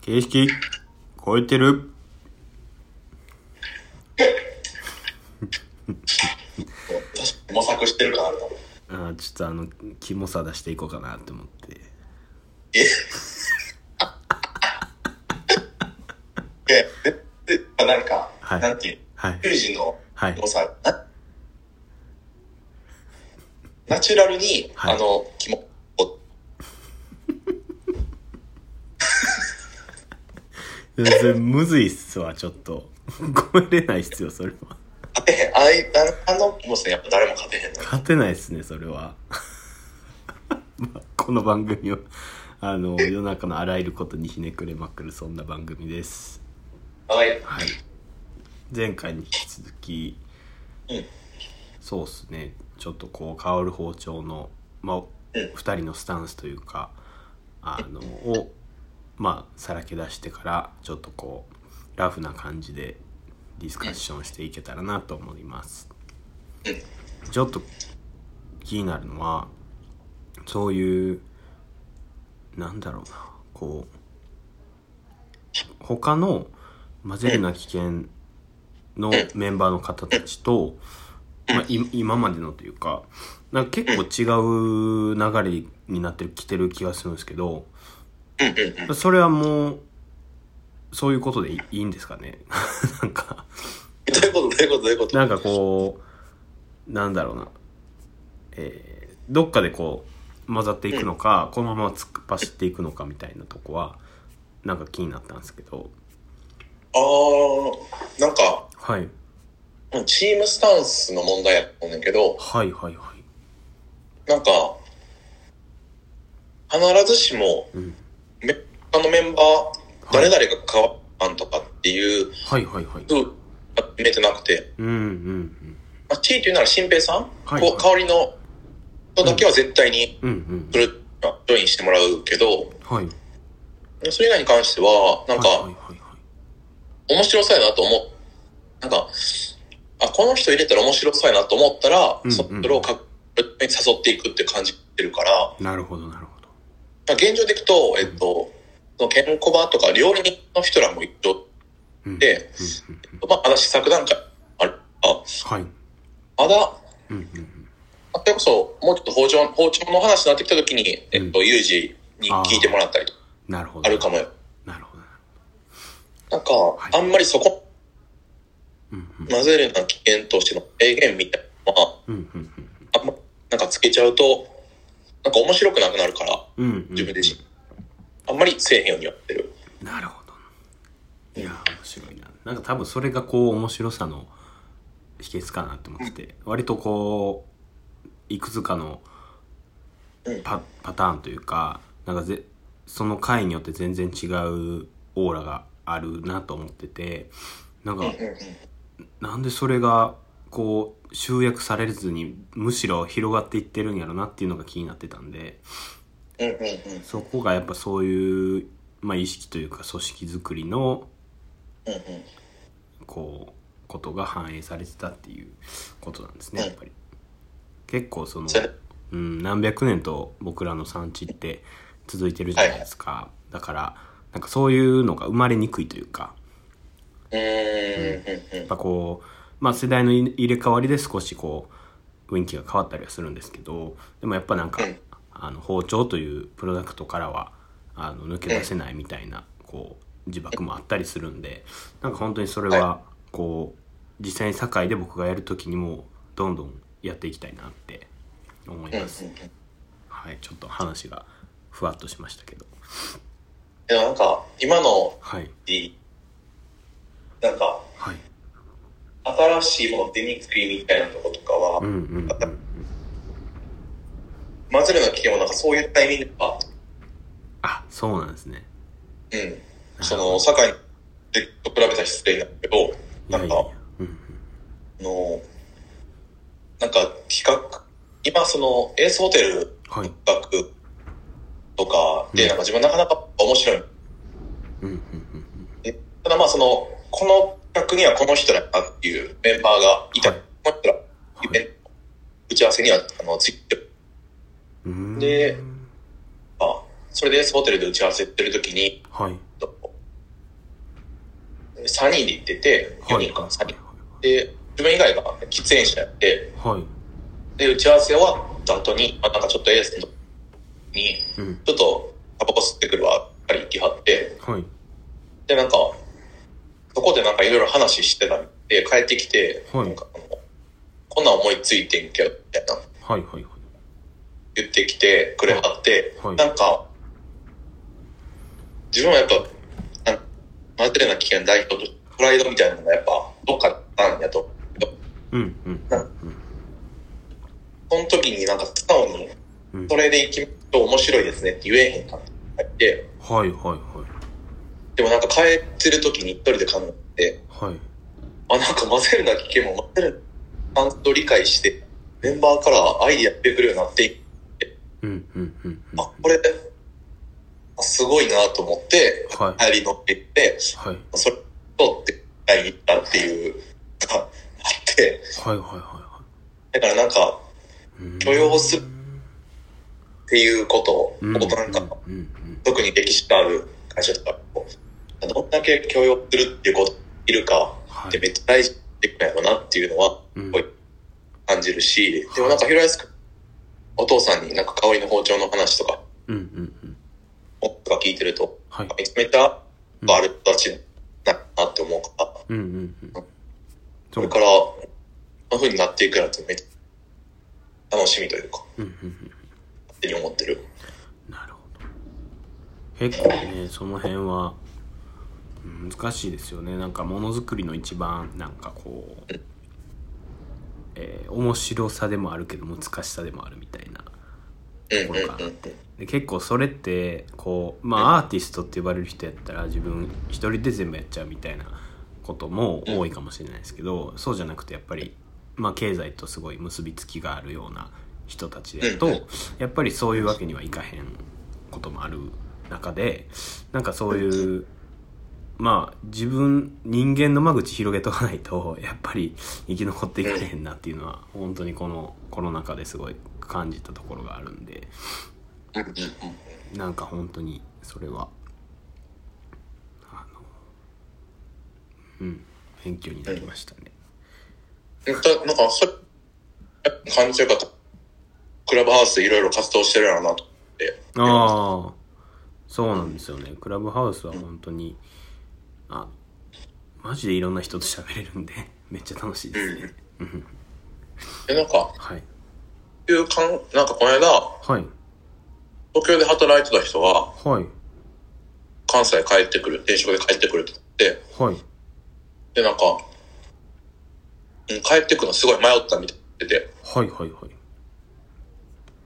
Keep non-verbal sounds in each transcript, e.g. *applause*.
形式超えてる模索してる感あると思う。あーちょっとあのキモさ出していこうかなと思ってえ *laughs* いや、で、でなんか、はいなんていう、はいユージの、はいもうさ、なナチュラルに、はいあの、キモ、おそれむずいっすわちょっと *laughs* 超えれないっすよそれは勝てへん。ああいう、あの、あのもうさ、やっぱ誰も勝てへんのよ。勝てないっすねそれは、 *laughs* まあこの番組はあの世の中のあらゆることにひねくれまくるそんな番組ですはい。はい前回に引き続きうん。そうっすねちょっとこう薫る包丁の、まあ、うん2人のスタンスというかあのをまあさらけ出してからちょっとこうラフな感じでディスカッションしていけたらなと思いますちょっと気になるのはそういうなんだろうなこう他の混ぜるな危険のメンバーの方たちと、まあ、い今までのというかなんか結構違う流れになってきてる気がするんですけどうんうんうん。それはもうそういうことでいいいんですかね *laughs* なんかどういうことどういうことどういうことなんかこうなんだろうな、えーどっかでこう混ざっていくのか、このまま突っ走っていくのかみたいなとこはなんか気になったんですけどああ、なんか、はいうんチームスタンスの問題やと思うねんだけど、はいはいはいなんか、必ずしも、うんめあのメンバー、は誰い々が変わったんとかっていう、はいはいはいふうは決めてなくて、うんうんうんまあ、強いて言うなら新平さん、はいこう香りの人だけは絶対にうんうんフル、ジョインしてもらうけど、はいそれ以外に関しては、なんはいはいか、はいはい面白そうやなと思う。なんか、あ、この人入れたら面白そうやなと思ったら、うんそれを確実に誘っていくって感じてるから、なるほどなるほどまあ、現状でいくと、えっと、そのケンコバとか料理人の人らも一緒うんで、うんうんうんまあ、まだ試作段階あるあはいまだ、うんうんうんそれこそ、もうちょっと包丁包丁の話になってきたときに、えっと、ユージに聞いてもらったりとかなるほどあるかもよ。なるほどななんか、いあんまりそこ、うんうん混ぜるな危険としての制限みたいなのは、うんうんうんあんま、なんかつけちゃうと、なんか面白くなくなるから、うんうん自分でし、あんまりせえへんようにやってる。なるほどいやー面白いななんか多分それがこう面白さの秘訣かなと思ってて割とこういくつかのうんパパターンというかなんかぜその回によって全然違うオーラがあるなと思っててなんか、うんうん。なんでそれがこう集約されずにむしろ広がっていってるんやろなっていうのが気になってたんでうんうんうん。そこがやっぱそういう、まあ、意識というか組織づくりのうんうん。こうことが反映されてたっていうことなんですねうんやっぱり。結構そのそれ、うん、何百年と僕らの産地って続いてるじゃないですか、だからなんかそういうのが生まれにくいというかうーんうんうやんっ。ぱこう、まあ、世代の入れ替わりで少しこう雰囲気が変わったりはするんですけどでもやっぱなんか、うんあの包丁というプロダクトからはあの抜け出せないみたいな、こう自爆もあったりするんでなんか本当にそれは、こう実際に堺で僕がやる時にもどんどんやっていきたいなって思います、うんうんうんはいちょっと話がふわっとしましたけどでもなんか、今のはいいなんか、はい新しいもの出にくいみたいなとことかは、うんうんうんマズルの危険もなんかそういうタイミングが、あそうなんですねうん。その、堺でと比べたら失礼なんだけど、いなやいんやか、いやうんあの、なんか企画、今その、エースホテルはい企画とかで、うんなんか自分なかなか面白い。うんうんうんでただまあその、この企画にはこの人だったっていうメンバーがいた、はいこの人ら、イベント打ち合わせには、あの、ついてうんであそれでエースホテルで打ち合わせってる時にはいえっと3人で行ってて、4人か、3人。で、自分以外が喫煙者やって、はいはいで、打ち合わせ終わった後に、あ、なんかちょっと A さんに、うんちょっとタバコ吸ってくるわ、やっぱり行きはって、はいで、なんか、そこでなんかいろいろ話してたんで、帰ってきて、はいなんかあのこんなん思いついてんけど、みたいな。はいはいはい言ってきてくれはって、はいなんか、自分はやっぱ、なんマテレナ危険代表とプライドみたいなのがやっぱ、どっかなんやと。うんうんその時になんか素直にうん、それで行きますと面白いですねって言えへんかったって言って、はいはいはでもなんか帰ってる時に一人で考えて、いはいあ、なんかマテレナ危険もマテレナちゃんと理解して、メンバーからアイディア出てくるようになって、うんうんうんうんあ、これ、あすごいなと思って、はい帰り乗って行って、はいそれとって会いに行ったっていうのがあって、はいはいはいはだからなんかいうん許容するっていうことを、うんことなんか、うんうん特に歴史のある会社とかこう、どんだけ許容するっていうことがいるかはっていめっちゃ大事ってくやろなっていうのは、うんすごい感じるし、でもなんか平安くん、お父さんになんか香りの包丁の話とか、うんうんうん音とか聞いてると、はいめちゃめちゃある人たちだなって思うから、うんうんうんこそれうから、こんな風になっていくなんてめっちゃ楽しみというか、うんうんうん勝手に思ってる。なるほど結構ねその辺はうん難しいですよねなんかものづくりの一番なんかこう、えー面白さでもあるけど難しさでもあるみたいなうんこうんれかうん。で結構それってこうまあアーティストって呼ばれる人やったら自分一人で全部やっちゃうみたいなことも多いかもしれないですけどそうじゃなくてやっぱりまあ経済とすごい結びつきがあるような人たちだとうんやっぱりそういうわけにはいかへんこともある中でなんかそういうまあ自分人間の間口広げとかないとやっぱり生き残っていかれへんなっていうのは本当にこのコロナ禍ですごい感じたところがあるんで。うんうんうん。なんか本当にそれはあのうん勉強になりましたね、えっとなんか、それ、感じる方、クラブハウスでいろいろ活動してるやろうなと思って。ああそうなんですよねクラブハウスは本当にあマジでいろんな人と喋れるんで *laughs* めっちゃ楽しいですねで、なんか、はいいうかん、なんかこの間、はい東京で働いてた人が、はい関西帰ってくる、転職で帰ってくるって言って、はいで、なんか、うん、帰ってくのすごい迷ったみたいに言ってて、はいはいはい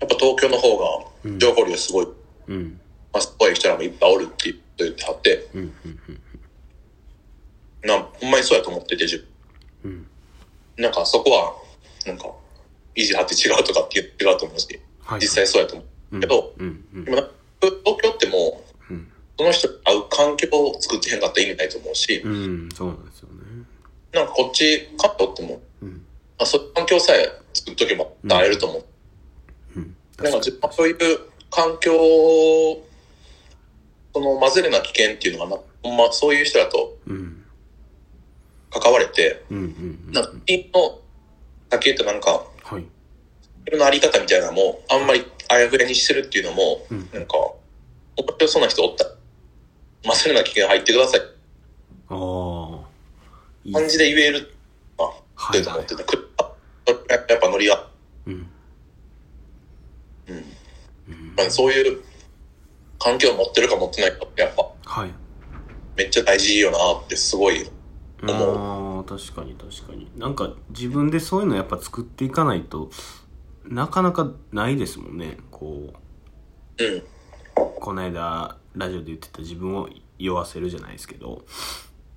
やっぱ東京の方が、情報量すごい、うんまあ、すごい人らもいっぱいおるって言ってはって、うんうんな、ほんまにそうやと思ってて、自う分んなんかそこは、なんか、維持張って違うとかって言う違うと思うし、はい実際そうやと思うけど、うんうんでもなんか東京ってもう、うんその人に会う環境を作ってへんかったら意味ないと思うし、うんそうなんですよねなんかこっち関東っても、うんまあ、そういう環境さえ作っとけば会えると思う。うんなんか自分はそういう環境を、その混ぜるな危険っていうのがな、ほんまそういう人だとうん関われて、うんうんうなんんか、の、だけってなんか、はいそれのあり方みたいなのも、あんまりあやふやにしてるっていうのも、うんなんか、面白そうな人おったら。まあ、それな危険入ってください。ああいい感じで言える。あ、はといいうとは思っいてた。くあやっぱノリが、うんうん。うんまあ、そういう環境を持ってるか持ってないかって、やっぱ、はいめっちゃ大事よなって、すごい。ああ確かに確かになんか自分でそういうのやっぱ作っていかないとなかなかないですもんねこううん。この間ラジオで言ってた自分を酔わせるじゃないですけど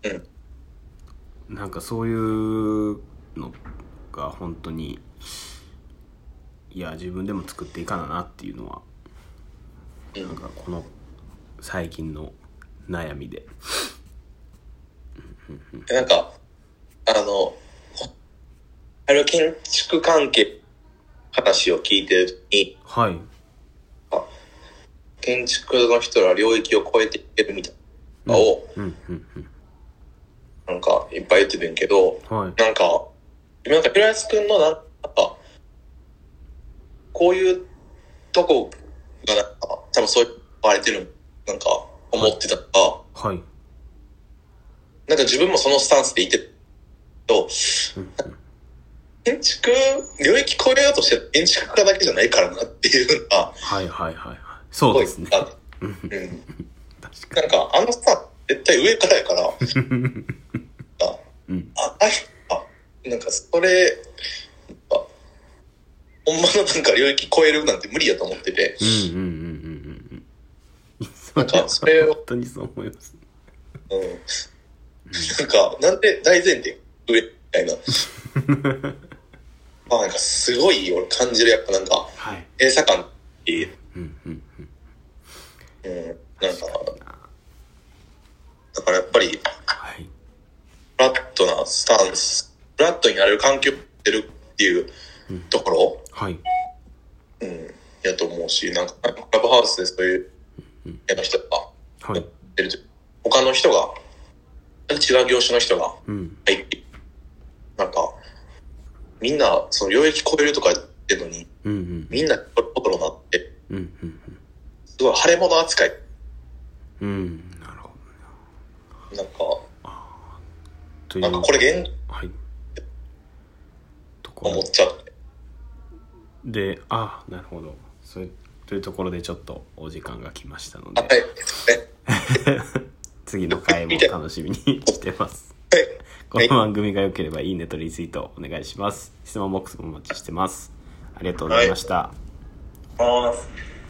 うん。なんかそういうのが本当にいや自分でも作っていかななっていうのはうんなんかこの最近の悩みででなんか、あの、ある建築関係、話を聞いてるときに、はい建築の人ら領域を超えていけるみたいなのを、うんうんうんなんかいっぱい言っててんけど、はいなんか、なんか、平安くんのなんか、こういうとこがなんか、多分そういう、バレてる、なんか、思ってたから、はいなんか自分もそのスタンスでいてるけど、建築、領域超えようとしてる建築家だけじゃないからなっていうのが、はいはいはいはいそうですねすごいあうんうん。確かなんか、あのさ、絶対上からやから、あ、うんあ、あ、なんか、それ、あほんまのなんか領域超えるなんて無理やと思ってて、にうんうんうんうんうんなんかそれを本当にそう思いますうん。なんか、なんで大前提上みたいな。 *laughs* まあなんか、すごい俺感じる、やっぱなんか、はい閉鎖感っていう、うんうんうん、なんか、あだからやっぱり、はいフラットなスタンス、フラットになれる環境を持ってるっていうところ、はいうん、やと思うし、なんか、クラブハウスでそういう、やの人が、はい出ると他の人が、違う業種の人がうん入って、なんか、みんな、その領域超えるとか言ってるのに、うんうんみんなこういうところになって、うんうんうんすごい腫れ物扱い。うんなるほどねなんか、といなんかうこれ現はいとこ思ろっちゃって。であなるほどそういうというところでちょっとお時間が来ましたのあで、はい。え次の回も楽しみにしてますこはのい番組が良ければいいねとリツイートお願いします質問ボックスもお待ちしてますありがとうございました、はい。